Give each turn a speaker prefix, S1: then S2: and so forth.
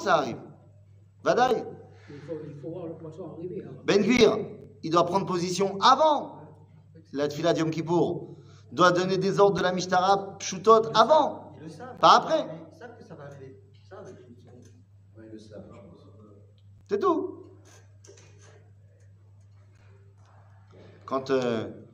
S1: ça arrive. Vadaï.
S2: Il faut, il faut voir le poisson arriver. alors.
S1: Ben Gvir, il doit prendre position avant la Tfila de Yom Kippour. Doit donner des ordres de la Mishtara Pshutot avant.
S3: Ils le savent.
S1: Pas après.
S3: Ils savent que ça va arriver. Ils savent. Ouais, ils le savent, je pense.
S1: C'est tout. Quand euh,